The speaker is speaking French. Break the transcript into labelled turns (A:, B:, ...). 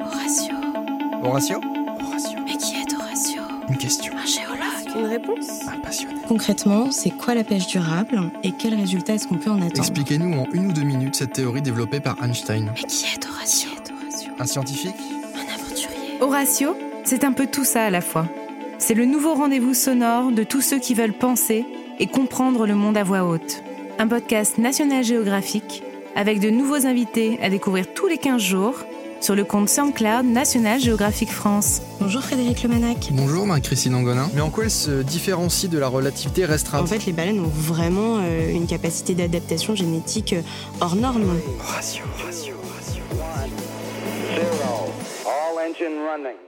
A: Horatio
B: Horatio
A: Horatio. Mais qui est Horatio
B: Une question.
A: Un géologue
C: Une réponse
B: Un passionné.
D: Concrètement, c'est quoi la pêche durable et quels résultats est-ce qu'on peut en attendre
B: Expliquez-nous en une ou deux minutes cette théorie développée par Einstein.
A: Mais qui est Horatio
B: Un scientifique
A: Un aventurier
E: Horatio, c'est un peu tout ça à la fois. C'est le nouveau rendez-vous sonore de tous ceux qui veulent penser et comprendre le monde à voix haute. Un podcast National Géographique avec de nouveaux invités à découvrir tous les 15 jours sur le compte SoundCloud National Géographique France.
D: Bonjour Frédéric Lemanac.
B: Bonjour Marie-Christine Angonin. Mais en quoi elle se différencie de la relativité
D: En
B: restreinte
D: fait, les baleines ont vraiment euh, une capacité d'adaptation génétique euh, hors norme.
B: Horatio, Horatio, Horatio.
F: zero. All engine running.